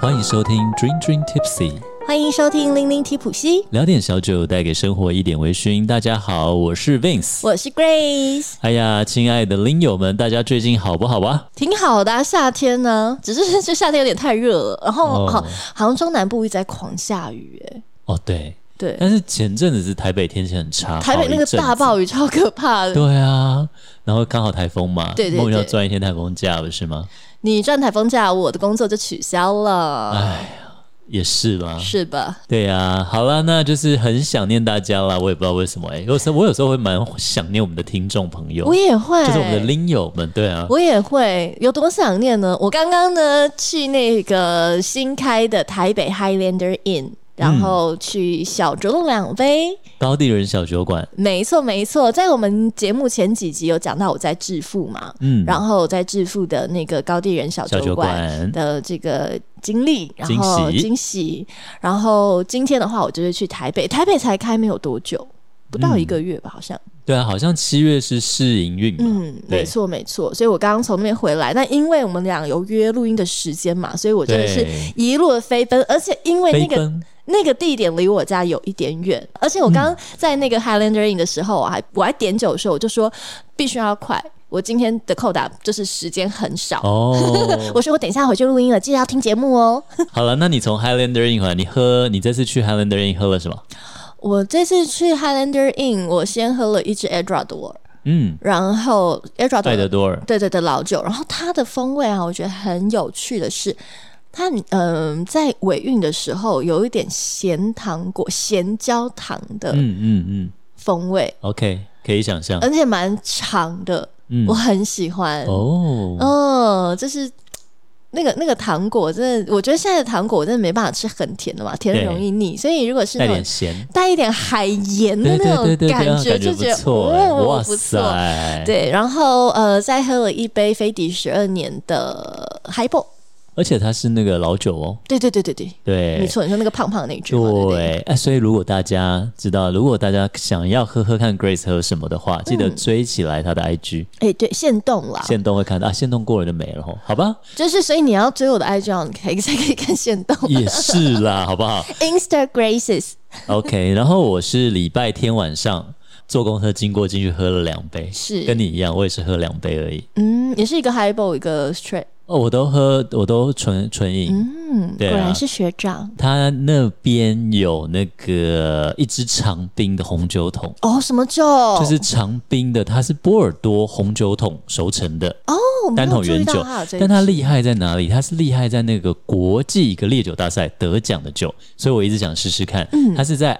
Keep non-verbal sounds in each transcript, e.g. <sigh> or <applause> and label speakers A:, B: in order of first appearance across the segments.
A: 欢迎收听 Dream Dream Tipsy，
B: 欢迎收听《零零提普西》，
A: 聊点小酒，带给生活一点微醺。大家好，我是 Vince。
B: 我是 Grace，
A: 哎呀，亲爱的林友们，大家最近好不好啊？
B: 挺好的、啊，夏天呢、只是 <laughs> 这夏天有点太热了，然后、
A: 哦
B: 好，杭州南部一直在狂下雨、哎，
A: 哦，对，
B: 对，
A: 但是前阵子是台北天气很差，
B: 台
A: 好
B: 北
A: 一
B: 那个
A: 阵
B: 大
A: 子。
B: 暴雨超可怕的，
A: 对啊，然后刚好台风嘛，
B: 对对
A: 莫名其妙
B: 对
A: 赚一天台风假不是吗？
B: 你赚台风假，我的工作就取
A: 哎
B: 消了，
A: 也是啦，
B: 是吧？
A: 对啊，好啦，那就是很想念大家啦。我也不知道为什么、哎，有时候我有时候会蛮想念我们的听众朋友
B: 我，也会，
A: 就是我们的林友们，对啊，
B: 我也会有多想念呢？我刚刚呢去那个新开的台北 Highlander Inn，然后
A: 嗯
B: 去小酌了两杯。
A: 高地人小酒馆，
B: 没错，没错，在我们节目前几集有讲到我在致富嘛，
A: 嗯，
B: 然后我在致富的那个高地人小
A: 小酒
B: 酒馆
A: 馆，
B: 的这个经历，然
A: 惊
B: 后
A: 喜
B: 惊喜，然后今天的话，我就是去台北，台北才开没有多久，不到一个月吧，好像。
A: 对啊，好像七月是试营运嘛，
B: 嗯，
A: 对
B: 没错没错，所以我刚刚从那边回来，那因为我们俩有约录音的时间嘛，所以我真的是
A: 对
B: 一路的飞奔，而且因为那
A: 飞
B: 个
A: 奔，
B: 那个地点离我家有一点远，而且我
A: 嗯
B: 刚刚在那个 Highlander Inn 的时候，我还我还点酒的时候，我就说必须要快，我今天的扣打就是时间很少，
A: 哦，
B: 我说我等一下回去录音了，记得要听节目哦。
A: 好了，那你从 Highlander Inn 回来，你喝，你这次去 Highlander Inn 喝了什么？
B: 我这次去 Highlander Inn，我先喝了一支 Edrador，
A: 嗯，
B: 然后 Edrador
A: 爱德多尔，
B: 对对对，老酒。然后它的风味啊，我觉得很有趣的是，它嗯、在尾韵的时候有一点咸糖果、咸焦糖的
A: 嗯嗯嗯
B: 风味，
A: ，OK，可以想象，
B: 而且蛮长的，
A: 嗯
B: 呃我，很喜欢。
A: 哦，
B: 嗯，就是。那个那个糖果真的，我觉得现在的糖果我真的没办法吃很甜的嘛，甜
A: 对
B: 容易腻。所以如果是那
A: 带
B: 种
A: 点咸，
B: 带一点海盐的
A: 对
B: 那
A: 对对对
B: 种
A: 对，啊
B: 觉，
A: 感
B: 就
A: 不
B: 觉得
A: 错，哎
B: 哦
A: 哇
B: 不错。
A: 塞，，
B: 对，然后呃，再喝了一杯飞迪十二年的 Highball。
A: 而且它是那个老酒哦，
B: 对对对对对，
A: 对，
B: 没错，你说那个胖胖的那一句嘛，对不对？
A: 对，哎，所以如果大家知道，如果大家想要喝喝看 Grace 喝什么的话，记
B: 嗯
A: 得追起来他的 IG，、
B: 哎，对，限动啦，
A: 限动会看到啊，限动过了就没了吼，好
B: <laughs>
A: 吧？
B: 就是所以你要追我的 IG，哦你可以才可以看限动。
A: 也是啦，好不好
B: Insta Graces，
A: ？OK，然后我是礼拜天晚上坐公车经过进去喝了两杯，
B: 是
A: 跟你一样，我也是喝两杯而已。
B: 嗯，也是一个 Highball，一个 Straight，
A: 哦，我都喝，我都纯纯饮。
B: 嗯，果
A: 对啊
B: 然是学长。
A: 他那边有那个一支长冰的红酒桶，
B: 哦，什么酒？
A: 就是长冰的，它是波尔多红酒桶熟成的。
B: 哦，
A: 单桶原
B: 原
A: 酒，但它
B: 它
A: 厉害在哪里？它是厉害在那个国际一个烈酒大赛得奖的酒，所以我一直想试试看。
B: 嗯
A: 它是在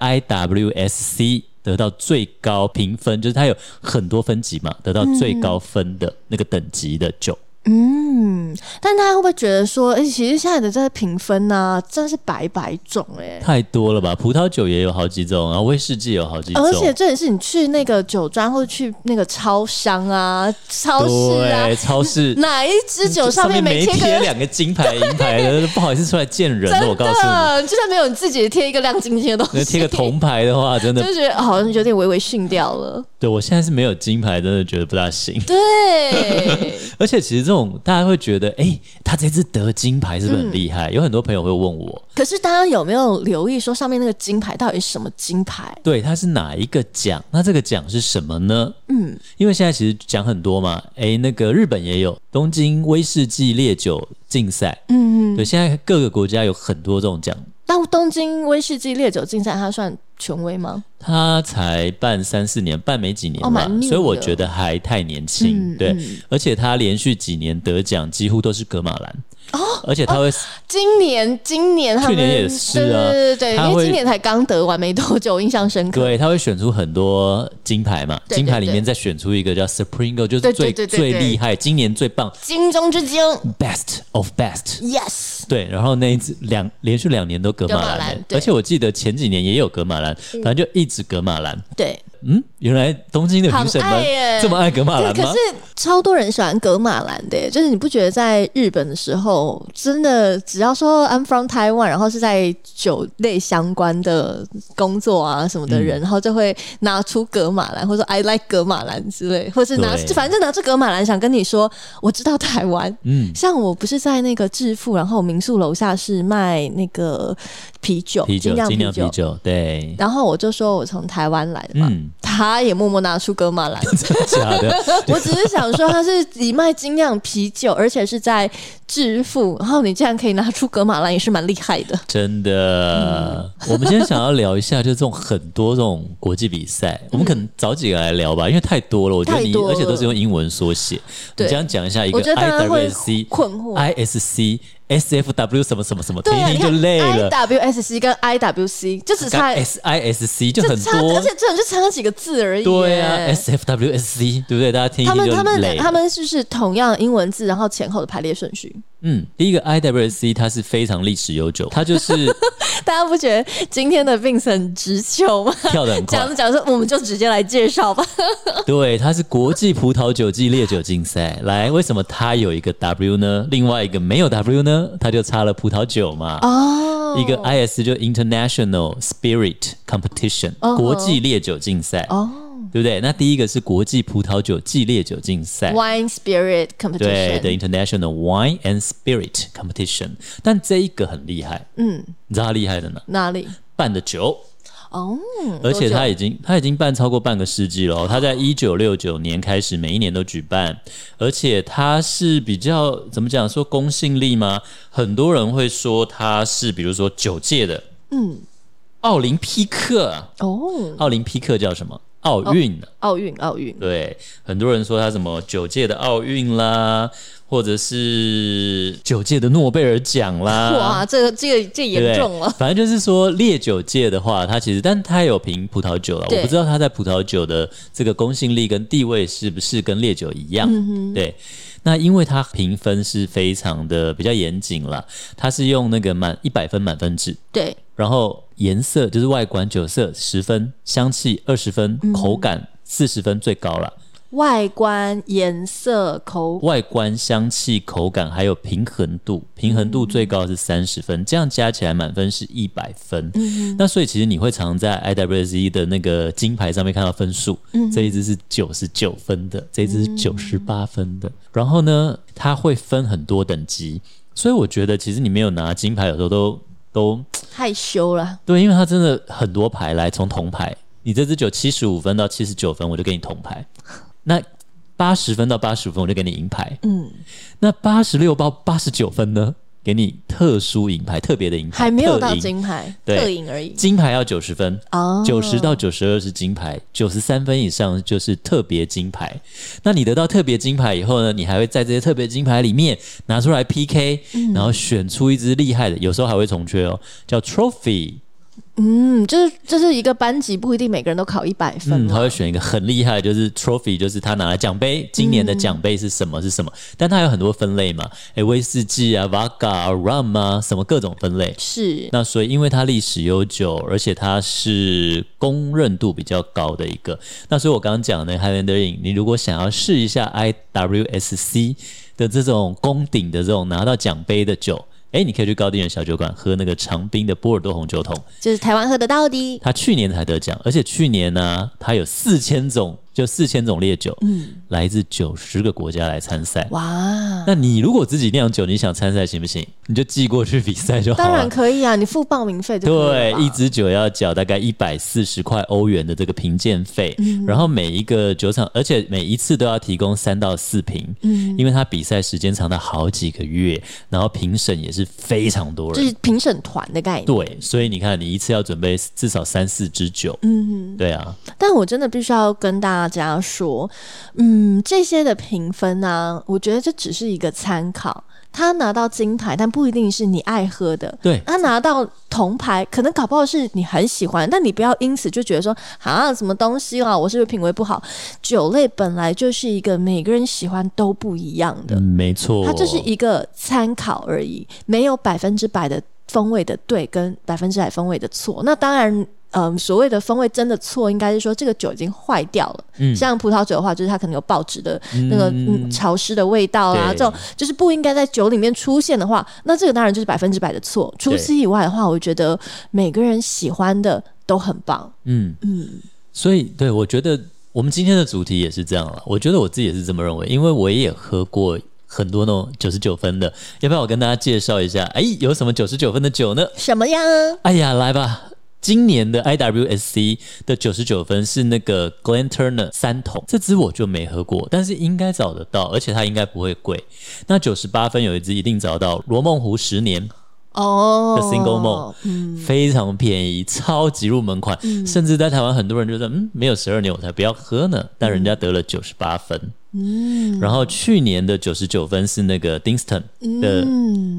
A: IWSC 得到最高评分，就是它有很多分级嘛，得到最高分的那个等级的酒。
B: 嗯，但大家会不会觉得说，哎、其实现在的这个评分呢、真的是百百种哎、
A: 太多了吧？葡萄酒也有好几种，然后威士忌有好几种，
B: 而且这也是你去那个酒庄或者去那个超商啊、超市啊，
A: 对，超
B: <laughs>
A: 市。
B: 哪一支酒上面
A: 面
B: 没
A: 没
B: 贴
A: 贴
B: 个？
A: 两个金牌、银牌的，
B: <laughs>
A: 不好意思出来见人了。
B: 真的，
A: 我告诉你，
B: 嗯就算没有你自己贴一个亮晶晶的东
A: 那
B: 西，
A: 贴个，
B: <laughs>
A: 铜牌的话，真的
B: 就觉得好像有点微微逊掉了。
A: 对我现在是没有金牌，真的觉得不大行。
B: 对，
A: <laughs>
B: <laughs>
A: 而且其实这种大家会觉得，哎、
B: 嗯
A: 他这次得金牌是不是很厉害？有很多朋友会问我，
B: 可是大家有没有留意说上面那个金牌到底是什么金牌？
A: 对，他是哪一个奖？那这个奖是什么呢？嗯，因为现在其实奖很多嘛，哎、那个日本也有东京威士忌烈酒竞赛，
B: 嗯，
A: 对，现在各个国家有很多这种奖，
B: 但东京威士忌烈酒竞赛它算权威吗？
A: 他才办三四年，办没几年
B: 哦
A: 嘛，
B: 蛮 new 的
A: 所以我觉得还太年轻。
B: 嗯
A: 对，而且他连续几年得奖，几乎都是格马兰。哦，而且他会
B: 今年，今年他们
A: 去年也是啊
B: 对对对
A: 他
B: 对，因
A: 会
B: 为今年才刚得完没多久，印象深刻。
A: 对，他会选出很多金牌嘛，
B: 对对
A: 金牌里面再选出一个叫 Supreme Go，就是
B: 对
A: 最
B: 对对对对
A: 最厉害，今年最棒
B: 金中之金
A: ，Best of Best。
B: ，yes，
A: 对，然后那一次两连续两年都格马
B: 格马
A: 兰、
B: 兰
A: 欸，
B: 对嗯
A: 而且我记得前几年也有格马兰，反正就一直格马兰。
B: 对，
A: 嗯，原来东京的评审
B: 好
A: 们
B: 爱耶
A: 这么爱格马兰
B: 可
A: 吗
B: 是？超多人喜欢格马兰的耶，就是你不觉得在日本的时候，真的只要说 I'm from Taiwan，然后是在酒类相关的工作啊什么的
A: 嗯
B: 人，然后就会拿出格马兰，或者说 I like 格马兰之类，或是拿
A: 对
B: 反正拿出格马兰想跟你说，我知道台湾。
A: 嗯，
B: 像我不是在那个致富，然后民宿楼下是卖那个啤酒，
A: 啤酒
B: 精，酿
A: 精
B: 啤
A: 酿啤
B: 酒。
A: 酒，对，
B: 然后我就说我从台湾来的嘛， <laughs>
A: 嗯，
B: 他也默默拿出格马兰，
A: 真的假的？ <laughs>
B: 我只是想说，它是以卖精酿啤酒，而且是在致富，然后你竟然可以拿出格马兰，也是蛮厉害的。
A: 真的，
B: 嗯
A: 我们今天想要聊一下，就是这种很多这种国际比赛，我们可能找几个来聊吧，因为太多了。我觉得你
B: 嗯太多了
A: 而且都是用英文缩写，你
B: 对
A: 这样讲一下一个
B: 我觉得大家会
A: IWC
B: 困惑。
A: ISC、SFW 什么什么什么，听
B: 对啊，
A: 一
B: 你
A: 听就
B: 看哎
A: 累了。
B: IWSC 跟 IWC 就只差
A: SISC 就
B: 就
A: 很
B: 差，而
A: 多
B: 且，真的就差那几个字而已耶。
A: 对啊，SFWSC 对不对？大家听一
B: 他
A: 听
B: 们
A: 就
B: 他
A: 累
B: 们
A: 了
B: 他们是不是同样的英文字，然后前后的排列顺序？ <laughs>
A: 嗯，第一个 IWC 它是非常历史悠久，它就是
B: 大家不觉得今天的 Vince 很直球吗？
A: 跳得很快
B: <laughs> 讲着，讲着，我们就直接来介
A: <laughs>
B: 绍吧。
A: 对，它是国际葡萄酒暨烈酒竞赛。来，为什么它有一个 W 呢？另外一个没有 W 呢？它就差了葡萄酒嘛。
B: 哦
A: 一个 IS 就 International Spirit Competition，、
B: 哦
A: 国际烈酒竞赛，
B: 哦
A: 对不对？那第一个是国际葡萄酒暨烈酒竞赛。
B: <laughs> ，Wine
A: 对
B: Spirit Competition，
A: ，The International Wine and Spirit Competition，但这一个很厉害，嗯，你知道它厉害的呢？
B: 哪里？
A: 办的酒，
B: 哦，
A: 而且
B: 多
A: 他
B: 久
A: 已经他已经办超过半个世纪了哦、他在一九六九年开始，每一年都举办，而且他是比较怎么讲说公信力吗？很多人会说他是比如说九届的，嗯，奥林匹克，啊
B: 哦，
A: 奥林匹克叫什么？奥运、啊
B: 奥运奥运，
A: 对，很多人说他什么九届的奥运啦，或者是九届的诺贝尔奖啦，
B: 哇，啊这个这个这个
A: 啊对不对
B: 严重了。
A: 反正就是说，烈酒界的话，它其实，但它有评葡萄酒了。
B: 对
A: 我不知道它在葡萄酒的这个公信力跟地位是不是跟烈酒一样。
B: 嗯
A: 对，那因为它评分是非常的比较严谨啦，它是用那个满一百分满分制，
B: 对，
A: 然后颜色就是外观酒色十分，香气二十分，
B: 嗯
A: 口感四十分最高了。
B: 外观、颜色、口
A: 外观、香气、口感还有平衡度，平衡度最高是三十分，这样加起来满分是一百分。那所以其实你会常在 IWSE E 的那个金牌上面看到分数，这一支是九十九分的，这一支是九十八分的。然后呢，它会分很多等级，所以我觉得其实你没有拿金牌，有时候都都
B: 害羞了。
A: 对，因为它真的很多牌来，从铜牌，你这支酒七十五分到七十九分，我就给你铜牌。那八十分到八十五分，我就给你银牌。
B: 嗯，
A: 那八十六到八十九分呢，给你特殊银牌，特别的银牌，
B: 还没有
A: 特
B: 到
A: 银
B: 金牌，
A: 对
B: 特饮而已。
A: 金牌要九十分，
B: 哦，
A: 九十到九十二是金牌，九十三分以上就是特别金牌。那你得到特别金牌以后呢，你还会在这些特别金牌里面拿出来 PK，、然
B: 嗯
A: 后选出一支厉害的，有时候还会重缺哦，叫 trophy。
B: 嗯，就是就是一个班级不一定每个人都考一百分啊
A: 嗯，他
B: 嘛。
A: 会选一个很厉害的，就是 trophy，就是他拿了奖杯，今年的奖杯是什么、是什么？但它有很多分类嘛，诶，威士忌啊、vodka 啊、rum 啊，什么各种分类。
B: 是
A: 那所以，因为它历史悠久，而且它是公认度比较高的一个。那所以我刚刚讲的 Highlander Inn，你如果想要试一下 IWSC 的这种攻顶的这种拿到奖杯的酒，诶，你可以去高地人小酒馆喝那个长冰的波尔多红酒桶。
B: 就是台湾喝得到的。
A: 他去年才得奖，而且去年呢、他有四千种，就四千种烈酒，嗯，来自九十个国家来参赛。
B: 哇，
A: 那你如果自己酿酒，你想参赛行不行？你就寄过去比赛就好了。
B: 当然可以啊，你付报名费就可以
A: 对
B: 了，吧
A: 一支酒要缴大概一百四十块欧元的这个评鉴费，
B: 嗯
A: 然后每一个酒厂，而且每一次都要提供三到四瓶，
B: 嗯
A: 因为它比赛时间长达好几个月，然后评审也是非常多人，
B: 就是评审团的概念。
A: 对，所以你看，你一次要准备至少三四支酒，嗯，对啊，
B: 但我真的必须要跟大家说，嗯，这些的评分呢、我觉得这只是一个参考。他拿到金牌，但不一定是你爱喝的。
A: 对
B: 他拿到铜牌，可能搞不好是你很喜欢，但你不要因此就觉得说啊，什么东西啦，我是不是品味不好？酒类本来就是一个每个人喜欢都不一样的，
A: 嗯，没错，
B: 它就是一个参考而已，没有百分之百的风味的对跟百分之百风味的错。那当然，嗯，所谓的风味真的错，应该是说这个酒已经坏掉了。
A: 嗯
B: 像葡萄酒的话，就是它可能有爆脂的那个嗯潮湿的味道啊，
A: 对
B: 这种就是不应该在酒里面出现的话，那这个当然就是百分之百的错。除此以外的话，我觉得每个人喜欢的都很棒。
A: 嗯嗯，所以对我觉得我们今天的主题也是这样了。我觉得我自己也是这么认为，因为我也喝过很多那种九十九分的。要不要我跟大家介绍一下？哎，有什么九十九分的酒呢？
B: 什么样？
A: 哎呀，来吧。今年的 IWSC 的九十九分是那个 Glen Turner 三桶，这支我就没喝过，但是应该找得到，而且它应该不会贵。那九十八分有一支一定找到，罗梦湖十年
B: 哦
A: 的 Single Malt，、非
B: 嗯
A: 常便宜，超级入门款，甚至在台湾很多人就说，嗯，没有十二年我才不要喝呢，但人家得了九十八分。嗯，然后去年的九十九分是那个 Dingston 的、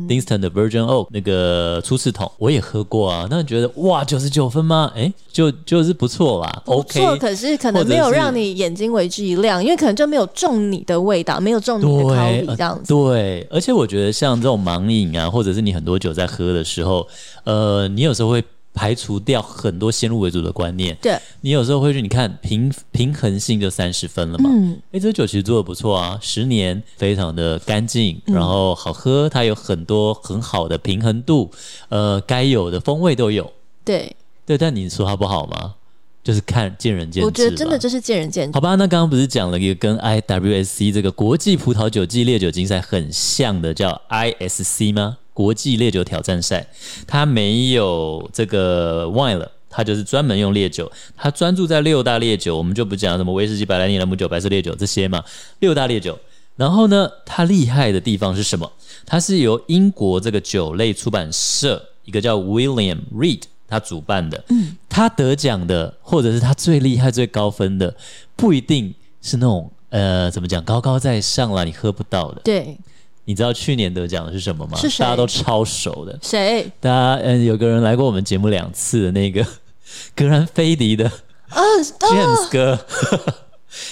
A: Dingston
B: 嗯
A: 的 Virgin Oak 那个初次桶，我也喝过啊。那觉得哇，九十九分吗？哎，就就是不错啦
B: 不错，
A: ，OK，
B: 可是可能没
A: 或
B: 有
A: 者是
B: 让你眼睛为之一亮，因为可能就没有中你的味道，没有中你
A: 对，
B: 的口
A: 呃
B: 味这样子。
A: 对，而且我觉得像这种盲饮啊，或者是你很多酒在喝的时候，呃，你有时候会排除掉很多先入为主的观念。
B: 对，
A: 你有时候会去，你看平平衡性就三十分了嘛。
B: 嗯，
A: 哎，这酒其实做的不错啊，十年非常的干净，
B: 嗯
A: 然后好喝，它有很多很好的平衡度，呃，该有的风味都有。
B: 对，
A: 对，但你说它不好吗？就是看见仁见智吧。
B: 我觉得真的就是见仁见智。
A: 好吧，那刚刚不是讲了一个跟 IWSC 这个国际葡萄酒暨烈酒竞赛很像的，叫 ISC 吗？国际烈酒挑战赛，它没有这个 wine 了。它就是专门用烈酒，它专注在六大烈酒，我们就不讲什么威士忌、白兰地、兰姆酒、白色烈酒这些嘛，六大烈酒。然后呢，它厉害的地方是什么？它是由英国这个酒类出版社，一个叫 William Reed 他主办的。嗯，他得奖的，或者是他最厉害、最高分的，不一定是那种呃，怎么讲，高高在上啦，你喝不到的。
B: 对，
A: 你知道去年得奖的是什么吗？
B: 是谁
A: 大家都超熟的。
B: 谁
A: 大家嗯，有个人来过我们节目两次的那个 <laughs> 格兰菲迪的
B: 啊？
A: James 哥。 <laughs>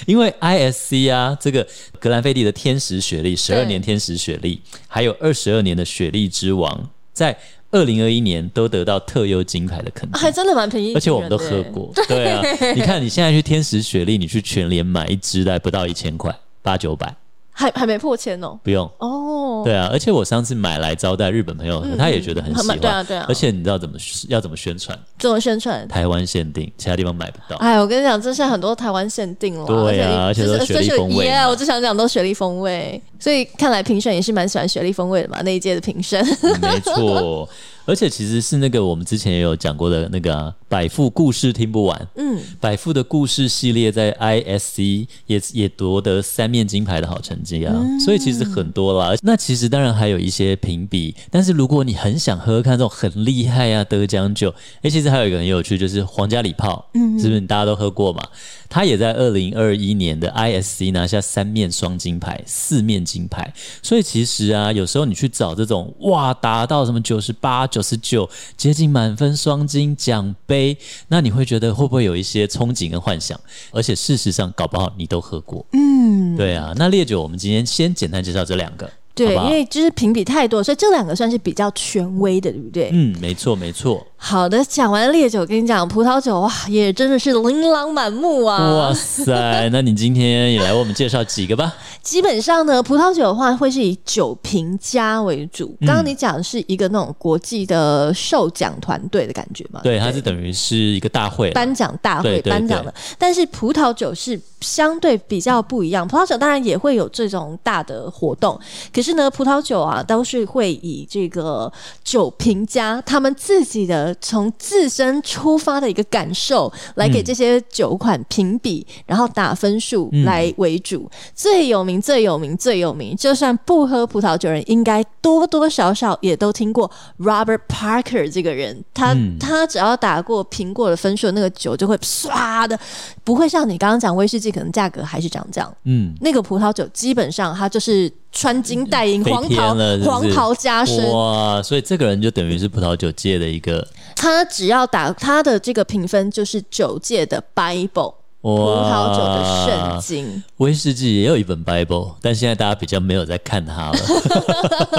A: 因为 ISC 啊，这个格兰菲迪的天使雪莉，十二
B: 对
A: 年天使雪莉，还有二十二年的雪莉之王，在二零二一年都得到特优金牌的肯定，
B: 还真的蛮便宜，
A: 而且我们都喝。过。对啊，你看你现在去天使雪莉，你去全联买一支，大概不到一千块，八九百，
B: 还还没破千哦。
A: 不用。
B: 哦，
A: 对啊，而且我上次买来招待日本朋友，他也觉得很喜欢。
B: 嗯对啊对啊
A: 而且你知道怎么要怎么宣传？
B: 这种宣传。
A: 台湾限定，其他地方买不到。
B: 哎，我跟你讲，这现在很多台湾限定了，
A: 对啊
B: 而且
A: 而且都
B: 就是
A: 雪莉风味
B: 耶
A: 嘛
B: 我只想讲都雪莉风味，所以看来评审也是蛮喜欢雪莉风味的嘛，那一届的评审。
A: 没错，而且其实是那个我们之前也有讲过的那个啊、百富故事听不完，
B: 嗯，
A: 百富的故事系列在 ISC 也也夺得三面金牌的好成绩啊，所以其实很多啦。那其实当然还有一些评比，但是如果你很想喝喝看这种很厉害啊得奖酒，哎、其实还有一个很有趣，就是皇家礼炮，嗯，是不是大家都喝过嘛？他也在二零二一年的 ISC 拿下三面双金牌、四面金牌，所以其实啊，有时候你去找这种哇达到什么九十八、九十九，接近满分双金奖杯，那你会觉得会不会有一些憧憬跟幻想？而且事实上，搞不好你都喝过。嗯，对啊。那烈酒我们今天先简单介绍这两个，
B: <laughs> 对，
A: 好不好？
B: 因为就是评比太多，所以这两个算是比较权威的，对不对？
A: 嗯，没错没错。
B: 好的，讲完烈酒，跟你讲葡萄酒哇，也真的是琳琅满目啊。
A: 哇塞，那你今天也来为我们介绍几个吧？
B: 基本上呢，葡萄酒的话会是以酒评家为主。
A: 嗯
B: 刚刚你讲的是一个那种国际的授奖团队的感觉嘛？
A: 对，
B: 不
A: 它是等于是一个大会啦，
B: 颁奖大
A: 对
B: 会
A: 对对
B: 颁奖的，但是葡萄酒是相对比较不一样。葡萄酒当然也会有这种大的活动，可是呢，葡萄酒啊都是会以这个酒评家他们自己的从自身出发的一个感受来
A: 嗯
B: 给这些酒款评比，然后打分数
A: 嗯
B: 来为主。最有名、最有名、最有名，就算不喝葡萄酒人，应该多多少少也都听过 Robert Parker 这个人。他、
A: 嗯
B: 他只要打过苹果的分数，那个酒就会唰的，不会像你刚刚讲威士忌，可能价格还是涨这样。
A: 嗯，
B: 那个葡萄酒基本上它就是穿金戴银、
A: 嗯飞
B: 黄
A: 天
B: 袍
A: 了是不是
B: 黄袍加身，
A: 哇，所以这个人就等于是葡萄酒界的一个
B: 他只要打他的这个评分就是酒界的 Bible。
A: 葡
B: 葡萄酒的圣经，
A: 威士忌也有一本 Bible，但现在大家比较没有在看它了。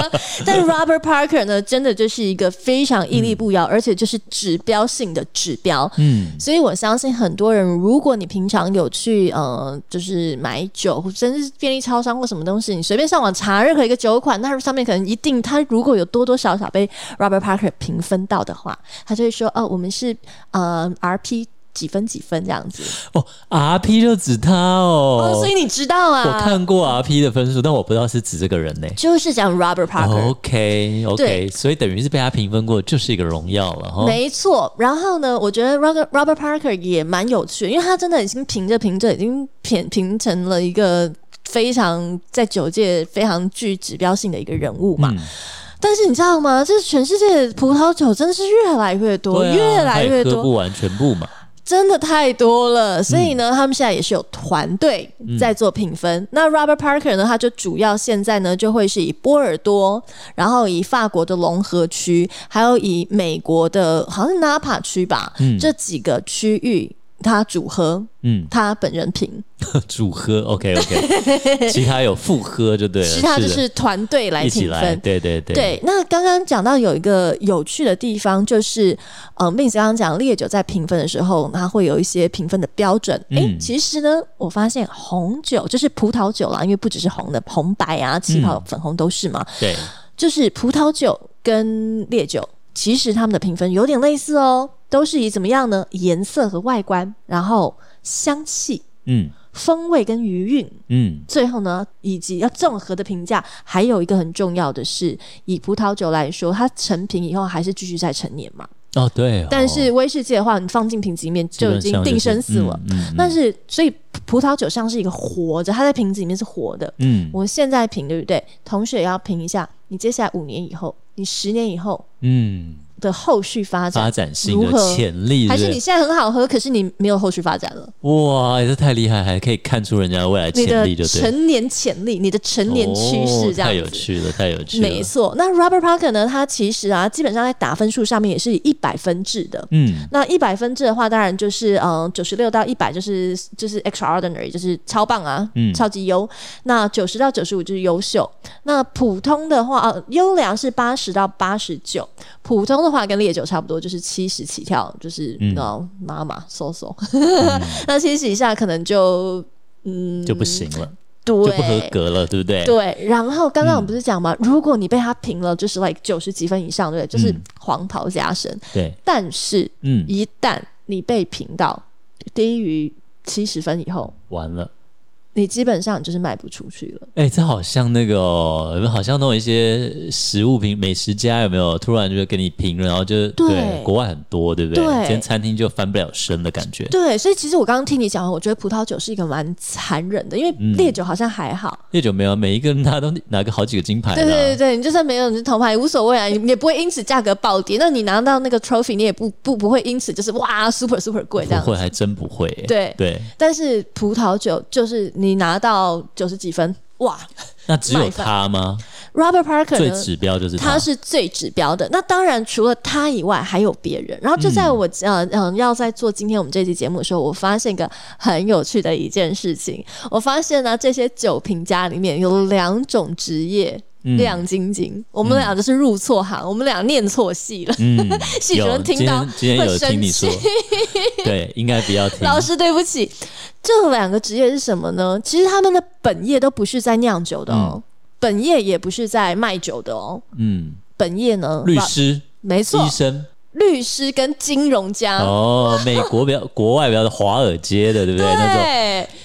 A: <laughs>
B: <laughs> 但 Robert Parker 呢，真的就是一个非常屹立不摇，而且就是指标性的指标。
A: 嗯，
B: 所以我相信很多人，如果你平常有去呃，就是买酒，甚至是便利超商或什么东西，你随便上网查任何一个酒款，那上面可能一定它如果有多多少少被 Robert Parker 评分到的话，他就会说哦，我们是呃 RP 几分几分这样子。
A: 哦，RP 就指它哦。
B: 哦，所以你知道啊，
A: 我看过 RP 的分数，但我不知道是指这个人呢、
B: 就是讲 Robert
A: 哦
B: Parker。
A: OK
B: 对
A: OK，所以等于是被他评分过，就是一个荣耀了哈。
B: 没错，然后呢，我觉得 Robert Robert Parker 也蛮有趣的，因为他真的已经凭着凭着已经评评成了一个非常在酒界非常具指标性的一个人物嘛。
A: 嗯
B: 但是你知道吗？这全世界的葡萄酒真的是越来越多，
A: 对啊
B: 越来越
A: 他也喝不
B: 多，
A: 完全部嘛。
B: 真的太多了。所以
A: 嗯
B: 呢，他们现在也是有团队在做评分。那 Robert Parker 呢，他就主要现在呢就会是以波尔多，然后以法国的隆河区，还有以美国的好像是纳帕区吧，
A: 嗯
B: 这几个区域。他主喝，
A: 嗯， <laughs>
B: 他本人评，
A: 主喝 OK OK，其
B: <laughs>
A: 他有副喝就对了，啊
B: 其他就是是团队
A: 的
B: 来
A: 一起
B: 评
A: 来，
B: 分。
A: 对对对，
B: 对，那刚刚讲到有一个有趣的地方，就是呃，Mins 刚刚讲烈酒在评分的时候，它会有一些评分的标准。诶，
A: 嗯
B: 其实呢，我发现红酒就是葡萄酒啦，因为不只是红的，红白啊、气泡、粉红都是嘛，
A: 对
B: 就是葡萄酒跟烈酒，其实它们的评分有点类似哦，都是以怎么样呢？颜色和外观，然后香气、
A: 嗯
B: 风味跟余韵。
A: 嗯
B: 最后呢，以及要综合的评价，还有一个很重要的是，以葡萄酒来说，它成瓶以后还是继续在陈年嘛。
A: 哦对哦，
B: 但是威士忌的话，你放进瓶子里面
A: 基
B: 就已
A: 本上
B: 经
A: 是
B: 定生死了。，
A: 嗯嗯
B: 但是，所以葡萄酒像是一个活着，它在瓶子里面是活的。
A: 嗯
B: 我现在评，对不对？同时也要评一下，你接下来五年以后，你十年以后
A: 嗯
B: 的后续发展，
A: 发展性
B: 如
A: 的
B: 何
A: 潜力
B: 还
A: 对
B: 是
A: 不
B: 你现在很好喝，可是你没有后续发展了，
A: 对哇，这太厉害，还可以看出人家未来
B: 你
A: 潜
B: 的
A: 力就对了，
B: 成年潜力，你的成年趋势
A: 哦
B: 这样
A: 太
B: 子。
A: 有趣了，太有趣了，
B: 没错，那 Robert Parker 呢？他其实啊，基本上在打分数上面也是以一百分制的。
A: 嗯
B: 那一百分制的话，当然就是嗯，九十六到一百就是就是 extraordinary，就是超棒啊，
A: 嗯
B: 超级优。那九十到九十五就是优秀。那普通的话，呃，优良是八十到八十九，普通的话跟烈酒差不多，就是七十起跳，就是
A: 嗯
B: 那妈妈 so so。那 <laughs> 七十以下可能就欸嗯，
A: 就不行了，
B: 对，
A: 就不合格了，对不对？
B: 对，然后刚刚我们
A: 嗯
B: 不是讲嘛，如果你被他评了，就是 like 九十几分以上，对不对？就是
A: 嗯
B: 黄袍加身。
A: 对，
B: 但是，
A: 嗯，
B: 一旦你被评到低于七十分以后，
A: 完了。
B: 你基本上就是卖不出去了。
A: 哎、这好像那个哦，有没有好像那种一些食物评美食家有没有突然就给你评论，然后就
B: 对
A: 国外很多，对不对？
B: 对
A: 今天餐厅就翻不了身的感觉。
B: 对，所以其实我刚刚听你讲完，我觉得葡萄酒是一个蛮残忍的，因为
A: 嗯
B: 烈酒好像还好。
A: 烈酒没有，每一个人拿都拿个好几个金牌的、
B: 对
A: 啊。
B: 对对对，你就算没有你是铜牌也无所谓啊，你也不会因此价格暴跌。那你拿到那个 trophy，你也不不不会因此就是哇 super super 贵这样
A: 不。会，还真不会、哎
B: 对
A: 对，
B: 但是葡萄酒就是你拿到九十几分，哇
A: 那只有
B: 卖饭
A: 他
B: <laughs>
A: 吗？
B: ，Robert Parker
A: 最
B: 呢？
A: 指标就是
B: 他是最指标的。那当然，除了他以外，还有别人。然后就在我呃嗯要在做今天我们这期节目的时候，我发现一个很有趣的一件事情。我发现呢，这些酒评家里面有两种职业。
A: 嗯
B: 亮晶晶，我们俩就是入错行，我们俩念错戏了。
A: 嗯，
B: <laughs> 戏主任
A: 有
B: 听到
A: 今天今天有
B: 会生
A: 听你说，对，应该不要听。
B: <laughs> 老师，对不起，这两个职业是什么呢？其实他们的本业都不是在酿酒的哦，本业也不是在卖酒的哦。
A: 嗯，
B: 本业呢，
A: 律
B: 哇
A: 师、
B: 没错
A: 医，生，
B: 律师跟金融家。
A: 哦，美国比较国外比较华尔街的，对不对？那种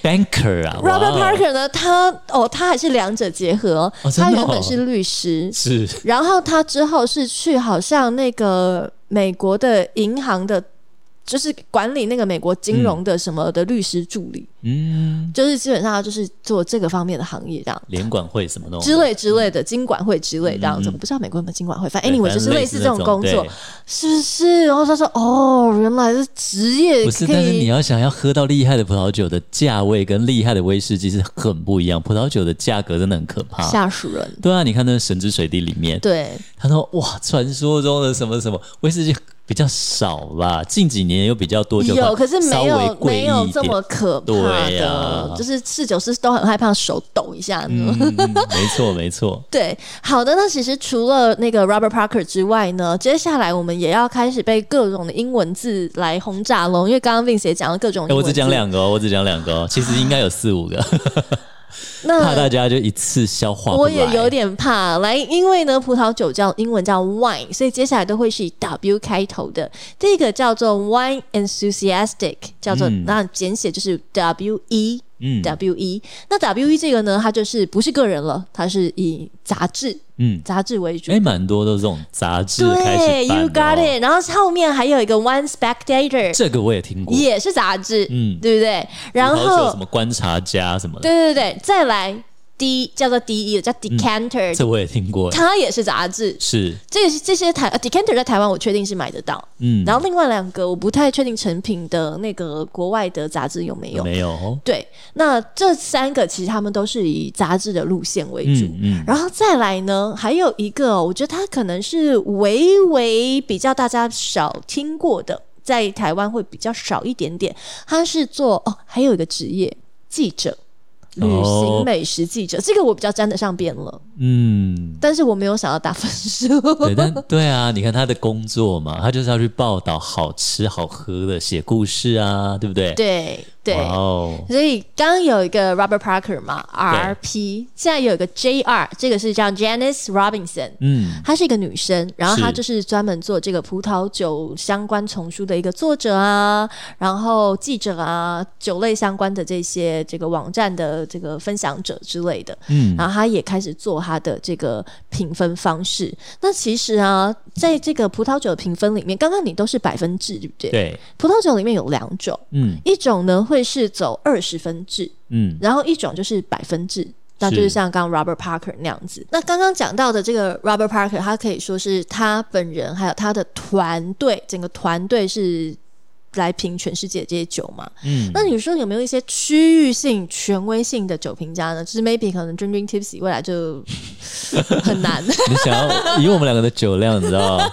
B: 对
A: banker 啊哇
B: ，Robert
A: 哦
B: Parker 呢，他哦，他还是两者结合哦、
A: 哦真
B: 他
A: 的哦
B: 原本是律师，
A: 是
B: 然后他之后是去好像那个美国的银行的，就是管理那个美国金融的什么的律师助理，
A: 嗯，
B: 就是基本上他就是做这个方面的行业这样。
A: 联管会什么东西
B: 之类之类的，经管会之类这样子，
A: 嗯嗯嗯
B: 我不知道美国有没有经管会，反正
A: 对
B: anyway
A: 反
B: 就
A: 正
B: 是类似这种
A: 那
B: 工作
A: 对，
B: 是不是？然后他说，哦，原来是职业
A: 不是，
B: 可
A: 但是
B: 以
A: 你要想要喝到厉害的葡萄酒的价位跟厉害的威士忌是很不一样，葡萄酒的价格真的很可怕。
B: 吓死人，
A: 对啊，你看那《神之水滴》里面，
B: 对，
A: 他说哇，传说中的什么什么威士忌比较少吧，近几年有比较多酒吧
B: 有，可是
A: 稍
B: 没
A: 微
B: 有
A: 贵
B: 没有
A: 一
B: 这
A: 点
B: 么可怕
A: 对
B: 的，
A: 呀
B: 就是侍酒师都很害怕手抖一下呢。
A: 嗯，嗯没错没错，
B: <laughs> 对，好的，那其实除了那个 Robert Parker 之外呢，接下来我们也要开始被各种的英文字来轰炸喽，因为刚刚 Vince 也讲了各种
A: 哎、
B: 英
A: 我
B: 文字，
A: 只讲两个哦，我只讲两个哦，其实应该有四五
B: <laughs>
A: 个，怕大
B: 那。
A: 家就一次消化不
B: 嗯我
A: 来。
B: 也有点怕，来，因为呢，葡萄酒叫英文叫 wine，所以接下来都会是以 W 开头的。第一个叫做 wine enthusiastic，叫做、
A: 嗯
B: 那简写就是 W E
A: 嗯
B: W E。那 W E 这个呢，它就是不是个人了，它是以杂志
A: 嗯，
B: 杂志为主
A: 哎、。蛮多都这种杂志开
B: 对
A: 始办
B: ，You got
A: 的哦
B: it。然后后面还有一个 One Spectator，
A: 这个我也听过，
B: 也是杂志，
A: 嗯，
B: 对不对？然
A: 葡萄酒
B: 后
A: 什，么观察家什么的，
B: 对对对，再来 D 叫做 D E 叫 Decanter，、
A: 嗯这我也听过，
B: 它也是杂志。
A: 是，
B: 这个这些台、呃、Decanter 在台湾我确定是买得到，
A: 嗯，
B: 然后另外两个我不太确定成品的那个国外的杂志有没有。
A: 没有哦，
B: 对，那这三个其实他们都是以杂志的路线为主。
A: 嗯嗯，
B: 然后再来呢，还有一个哦、我觉得它可能是微微比较大家少听过的，在台湾会比较少一点点。它是做哦，还有一个职业记者。旅
A: 哦
B: 行美食记者，这个我比较沾得上边了，
A: 嗯，
B: 但是我没有想要打分数。
A: 对，但对啊，你看他的工作嘛，他就是要去报道好吃好喝的，写故事啊，对不对？
B: 对对，
A: 哇哦，
B: 所以刚刚有一个 Robert Parker 嘛，RP，现在有一个 JR，这个是叫 Janice Robinson，
A: 嗯，
B: 她是一个女生，然后
A: 是
B: 她就是专门做这个葡萄酒相关丛书的一个作者啊，然后记者啊，酒类相关的这些这个网站的这个分享者之类的。
A: 嗯
B: 然后她也开始做她的这个评分方式。那其实啊，在这个葡萄酒的评分里面，刚刚你都是百分制，对不对？
A: 对，
B: 葡萄酒里面有两种，
A: 嗯
B: 一种呢会是走二十分制，
A: 嗯
B: 然后一种就是百分制。那就是
A: 是
B: 像刚刚 Robert Parker 那样子。那刚刚讲到的这个 Robert Parker，他可以说是他本人还有他的团队，整个团队是来评全世界这些酒嘛。
A: 嗯，
B: 那你说有没有一些区域性、权威性的酒评家呢？就是 maybe 可能 Dream Dream Tipsy 未来就很难， <laughs>
A: 你想要以我们两个的酒量，你知道吗？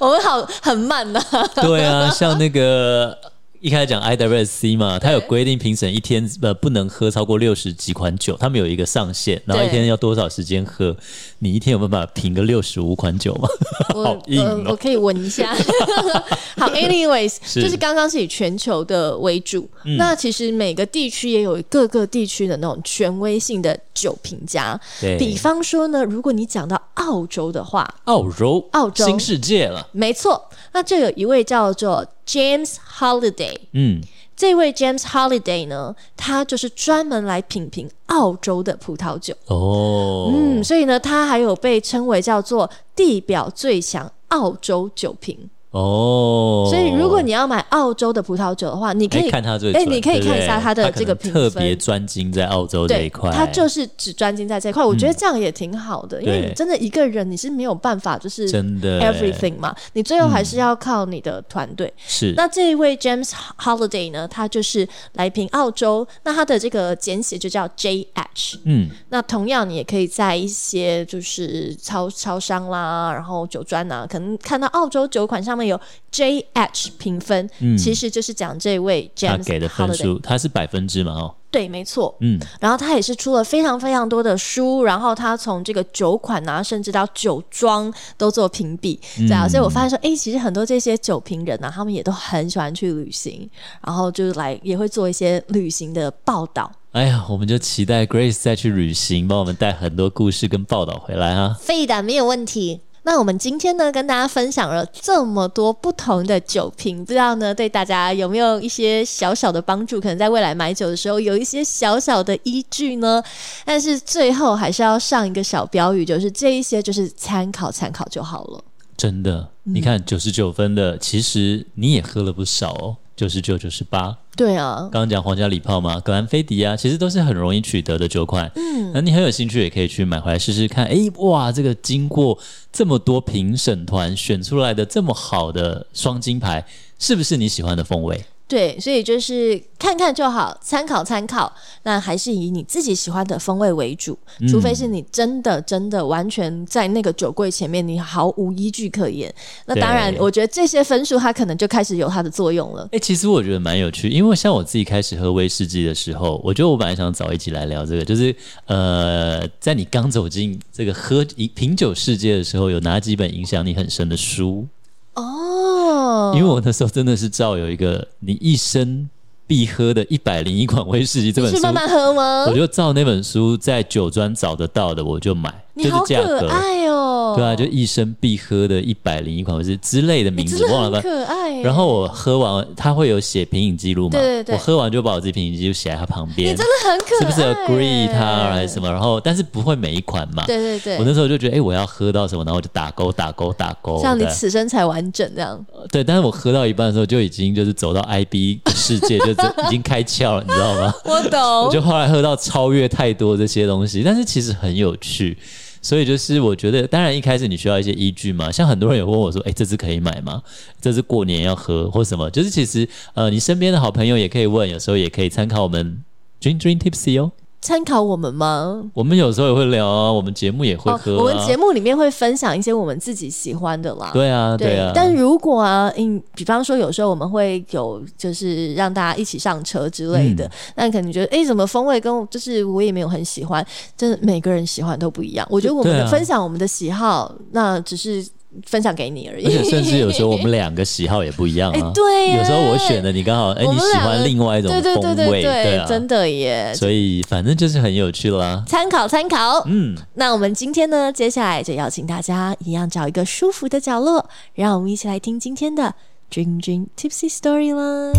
B: 我们好很慢呐、
A: 对啊，像那个。一开始讲 IWC 嘛，它有规定评审一天呃不能喝超过六十几款酒，他们有一个上限，然后
B: 对
A: 一天要多少时间喝？你一天有办法评个六十五款酒吗？
B: 我
A: <laughs> 好硬哦
B: 呃、我可以闻一下。 <laughs>
A: <laughs>
B: 好，anyways，
A: 是嗯
B: 就是刚刚是以全球的为主，那其实每个地区也有各个地区的那种权威性的酒评家。
A: 对，
B: 比方说呢，如果你讲到澳洲的话，
A: 澳洲，
B: 澳洲
A: 新世界了，
B: 没错，那这有一位叫做 James Holiday，
A: 嗯，
B: 这位 James Holiday 呢，他就是专门来品评澳洲的葡萄酒。
A: 哦，
B: 嗯，所以呢，他还有被称为叫做地表最强澳洲酒评。
A: 哦，
B: 所以，如果你要买澳洲的葡萄酒的话，你可
A: 哎
B: 以
A: 看他这，
B: 哎你可以看一下
A: 他
B: 的这个评
A: 特
B: 分。
A: 别专精在澳洲这
B: 对
A: 一块，，嗯
B: 他就是只专精在这一块，我觉得这样也挺好的，因为
A: 对
B: 你真的一个人你是没有办法就是
A: 真的
B: everything 嘛，你最后还是要靠你的团队。
A: 嗯是
B: 那这一位 James Holiday 呢，他就是来评澳洲，那他的这个简写就叫 JH。
A: 嗯
B: 那同样，你也可以在一些就是超超商啦，然后酒庄啊，可能看到澳洲酒款上面有 JH 评分，
A: 嗯
B: 其实就是讲这位
A: 他
B: James
A: 给的分
B: Holiday
A: 数，他是百分之嘛哦，
B: 对，没错。
A: 嗯
B: 然后他也是出了非常非常多的书，然后他从这个酒款啊，甚至到酒庄都做评比，
A: 嗯
B: 对啊，所以我发现说，哎，其实很多这些酒评人啊，他们也都很喜欢去旅行，然后就是来也会做一些旅行的报道，
A: 哎呀，我们就期待 Grace 再去旅行，帮我们带很多故事跟报道回来啊。
B: 废的没有问题。那我们今天呢，跟大家分享了这么多不同的酒瓶，不知道呢对大家有没有一些小小的帮助？可能在未来买酒的时候有一些小小的依据呢。但是最后还是要上一个小标语，就是这一些就是参考参考就好了。
A: 真的，
B: 嗯
A: 你看九十九分的，其实你也喝了不少哦，九十九、九十八。
B: 对啊，
A: 刚刚讲皇家礼炮嘛，格兰菲迪啊，其实都是很容易取得的酒款。嗯，那你很有兴趣也可以去买回来试试看。诶，哇，这个经过这么多评审团选出来的这么好的双金牌，是不是你喜欢的风味？
B: 对，所以就是看看就好，参考参考。那还是以你自己喜欢的风味为主，
A: 嗯
B: 除非是你真的真的完全在那个酒柜前面，你毫无依据可言。那当然，
A: 对
B: 我觉得这些分数它可能就开始有它的作用了。
A: 哎、其实我觉得蛮有趣，因为像我自己开始喝威士忌的时候，我觉得我本来想找一起来聊这个，就是呃，在你刚走进这个喝饮品酒世界的时候，有哪几本影响你很深的书？
B: 哦，
A: 因为我那时候真的是照有一个你一生必喝的一百零一款威士忌这
B: 你
A: 本
B: 去
A: 书，
B: 慢慢喝吗
A: 我？就照那本书在酒庄找得到的，我就买，就
B: 你
A: 是
B: 好
A: 价
B: 可
A: 格。
B: 爱哦！
A: 对啊，就一生必喝的一百零一款，或是之类的名
B: 你真
A: 字，
B: 的
A: 忘了
B: 很
A: 吧。
B: 可爱耶。
A: 然后我喝完，它会有写品饮记录嘛？
B: 对对对
A: 我喝完就把我自己品饮记录写在它旁边，
B: 你真的很可爱，
A: 是不是 agree 它啊还是什
B: 么？
A: 么？然后但是不会每一款嘛？
B: 对对对，
A: 我那时候就觉得，哎、我要喝到什么，然后我就打勾打勾打勾。
B: 像你
A: 对啊
B: 此生才完整这样。
A: 对，但是我喝到一半的时候就已经就是走到 IB <laughs> 世界，就是已经开窍了，你知道吗？
B: 我
A: <laughs> 我
B: 懂
A: 就后来喝到超越太多这些东西，但是其实很有趣。所以就是我觉得，当然一开始你需要一些依据嘛，像很多人有问我说，哎、这支可以买吗？这支过年要喝或什么？就是其实呃，你身边的好朋友也可以问，有时候也可以参考我们 Dream Dream Tipsy 哦。
B: 参考我们吗？
A: 我们有时候也会聊啊，我们节目也会
B: 哦
A: 喝、啊，
B: 我们节目里面会分享一些我们自己喜欢的啦。
A: 对啊对啊，
B: 但如果啊，嗯，比方说有时候我们会有就是让大家一起上车之类
A: 嗯
B: 的，那可能觉得哎、诶怎么风味跟我就是我也没有很喜欢，真的每个人喜欢都不一样。我觉得我们
A: 对啊
B: 的分享我们的喜好，那只是分享给你而已。
A: 而且甚至有时
B: <laughs>
A: 候我们两个喜好也不一样
B: 哎
A: 啊。
B: 对耶
A: 有时候我选的你刚好，哎、
B: 我
A: 你
B: 们
A: 喜
B: 两
A: 欢
B: 个
A: 另外一种
B: 对对
A: 风
B: 对
A: 味，
B: 对
A: 啊，
B: 真的耶。
A: 所以反正就是很有趣啦。
B: 参考参考，
A: 嗯，
B: 那我们今天呢，接下来就邀请大家一样找一个舒服的角落，让我们一起来听今天的 Dream Dream Tipsy Story 啦。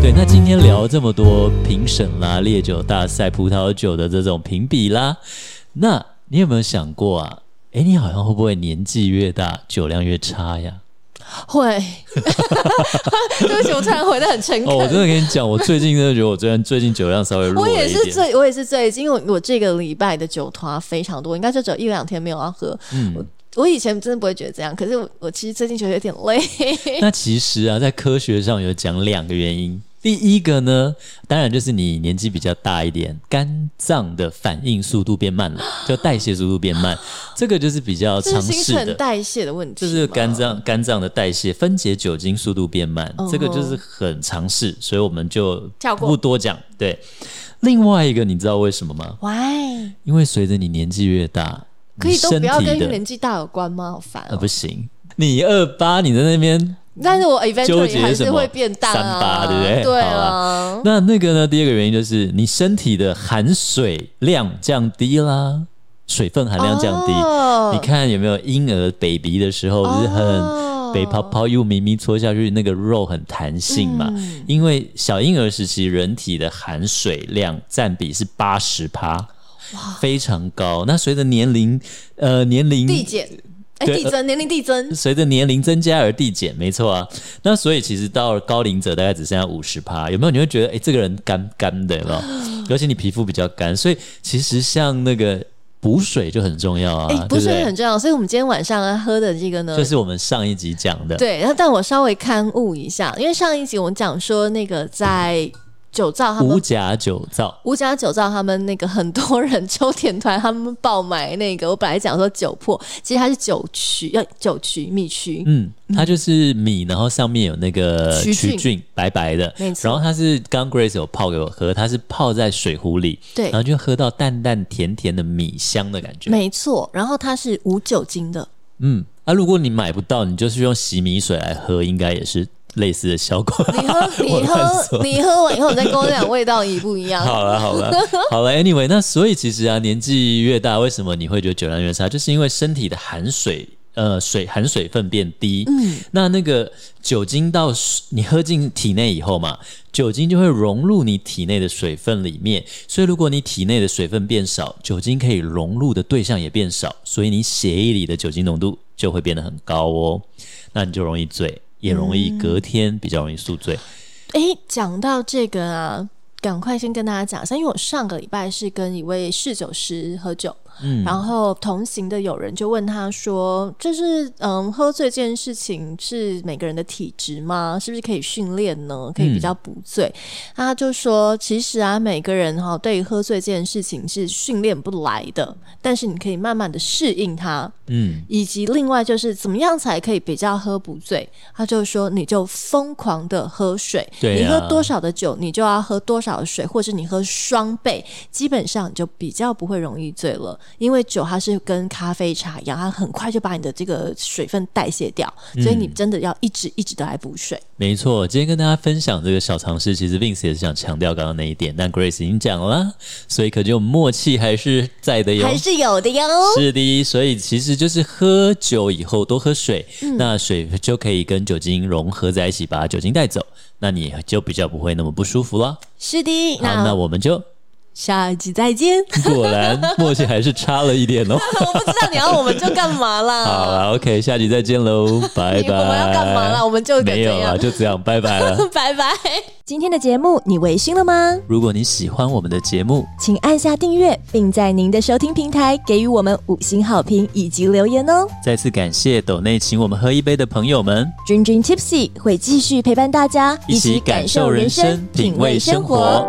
A: 对。那今天聊这么多评审啦、烈酒大赛、葡萄酒的这种评比啦，那你有没有想过啊？哎，你好像会不会年纪越大，酒量越差
B: <laughs>
A: 呀？ <laughs>
B: 会，对不起，我突然回的很诚恳。
A: 哦，我真的跟你讲，我最近真的觉得我最近最近酒量稍微弱
B: 我
A: 了一点。
B: 也是最，我也是最近，因为我我这个礼拜的酒团非常多，应该就只有一两天没有要喝。
A: 嗯，
B: 我以前真的不会觉得这样，可是我我其实最近觉得有点累。 <laughs>
A: 那其实啊，在科学上有讲两个原因。第一个呢，当然就是你年纪比较大一点，肝脏的反应速度变慢了，
B: <gasps>
A: 就代谢速度变慢，这个就是比较
B: 这
A: 常
B: 是 <laughs> 新
A: 识
B: 陈
A: 的。
B: 代谢的问题
A: 这
B: 吗，
A: 是肝脏肝脏的代谢分解酒精速度变慢
B: 嗯哼
A: 这个就是很常识，所以我们就
B: 跳过
A: 不多讲。对，
B: 嗯
A: 另外一个你知道为什么吗？
B: 喂，
A: 因为随着你年纪越大，
B: 可
A: 你
B: 以都
A: 身
B: 不要跟
A: 体的
B: 年纪大有关吗？好烦、
A: 呃
B: 哦。
A: 不行，你二八你在那边
B: 但是我
A: 纠
B: eventually
A: 结
B: 还
A: 什
B: 是
A: 么
B: 会变大、
A: 三八
B: 啊，
A: 对不对
B: 对
A: 好
B: 啊，
A: 那那个呢？第二个原因就是你身体的含水量降低啦，水分含量降低。
B: 哦
A: 你看有没有婴儿 baby 的时候，就是
B: 哦
A: 很北泡泡又咪咪搓下去，那个肉很弹性嘛。
B: 嗯
A: 因为小婴儿时期人体的含水量占比是八十趴，非常高。那随着年龄，呃，年龄
B: 递减，哎、
A: 对呃
B: 递增，年龄递增，
A: 随着年龄增加而递减，没错啊。那所以其实到了高龄者大概只剩下五十趴，有没有？你会觉得，哎、这个人干干的，有没
B: <gasps>
A: 有？而且你皮肤比较干，所以其实像那个补水就很重要啊，
B: 哎、
A: 对
B: 不
A: 不
B: 是
A: 对？
B: 很重要。所以我们今天晚上啊喝的这个呢，
A: 就是我们上一集讲的，
B: 对，然后但我稍微刊物一下，因为上一集我们讲说那个在酒造他
A: 五
B: 们。
A: 甲酒皂，
B: 五家酒造他们那个很多人秋田团他们爆买那个，我本来讲说酒粕，其实它是酒曲，要酒曲蜜曲，
A: 嗯，它就是米，然后上面有那个
B: 曲
A: 曲
B: 菌
A: 菌，白白的，
B: 没错
A: 然后它是刚 Grace 有泡给我喝，它是泡在水壶里，
B: 对
A: 然后就喝到淡淡甜甜的米香的感觉，
B: 没错。然后它是无酒精的，
A: 嗯，啊，如果你买不到，你就是用洗米水来喝，应该也是类似的效果。
B: 你喝，
A: <laughs> 我
B: 你
A: 乱
B: 喝，
A: 说
B: 你喝完以后，你再跟我讲味道一不一
A: <laughs>
B: 样？
A: 好了好了好了，Anyway，那所以其实啊，年纪越大，为什么你会觉得酒量越差？就是因为身体的含水。呃，水含水分变低，嗯，那那个酒精到水你喝进体内以后嘛，酒精就会融入你体内的水分里面，所以如果你体内的水分变少，酒精可以融入的对象也变少，所以你血液里的酒精浓度就会变得很高哦，那你就容易醉，也容易隔天比较容易宿醉。
B: 诶，讲到这个啊，赶快先跟大家讲一下，因为我上个礼拜是跟一位侍酒师喝酒，
A: 嗯
B: 然后同行的友人就问他说：“就是嗯，喝醉这件事情是每个人的体质吗？是不是可以训练呢？可以
A: 嗯
B: 比较不醉？”那他就说：“其实啊，每个人哈、对于喝醉这件事情是训练不来的，但是你可以慢慢的适应它，
A: 嗯
B: 以及另外就是怎么样才可以比较喝不醉。”他就说：“你就疯狂的喝水，
A: 对
B: 你
A: 啊
B: 喝多少的酒，你就要喝多少的水，或是你喝双倍，基本上你就比较不会容易醉了。因为酒它是跟咖啡茶一样，它很快就把你的这个水分代谢掉，所以你真的要一直一直的来补水。
A: 没错，今天跟大家分享这个小常识，其实 Vince 也是想强调刚刚那一点，但 Grace 已经讲了啦，所以可就默契还是在的哟。
B: 还是有的哟。
A: 是的，所以其实就是喝酒以后多喝水，
B: 嗯
A: 那水就可以跟酒精融合在一起，把酒精带走，那你就比较不会那么不舒服了。
B: 是的，
A: 好，那我们就
B: 下一集再见。
A: <laughs> 果然默契还是差了一
B: <laughs>
A: 点哦。
B: 我不知道你要我们就干嘛
A: 好
B: 啦？
A: 了，OK，下集再见喽，拜
B: 你
A: 拜。
B: <laughs> 我们要干嘛啦？我们就
A: 没有啊，就这样，拜拜了。
B: <laughs> 拜拜。今天的节目你微醺了吗？
A: 如果你喜欢我们的节目，
B: 请按下订阅，并在您的收听平台给予我们五星好评以及留言哦。
A: 再次感谢斗内请我们喝一杯的朋友们，
B: 君君 Tipsy 会继续陪伴大家，
A: 一起感受人生，品味生活。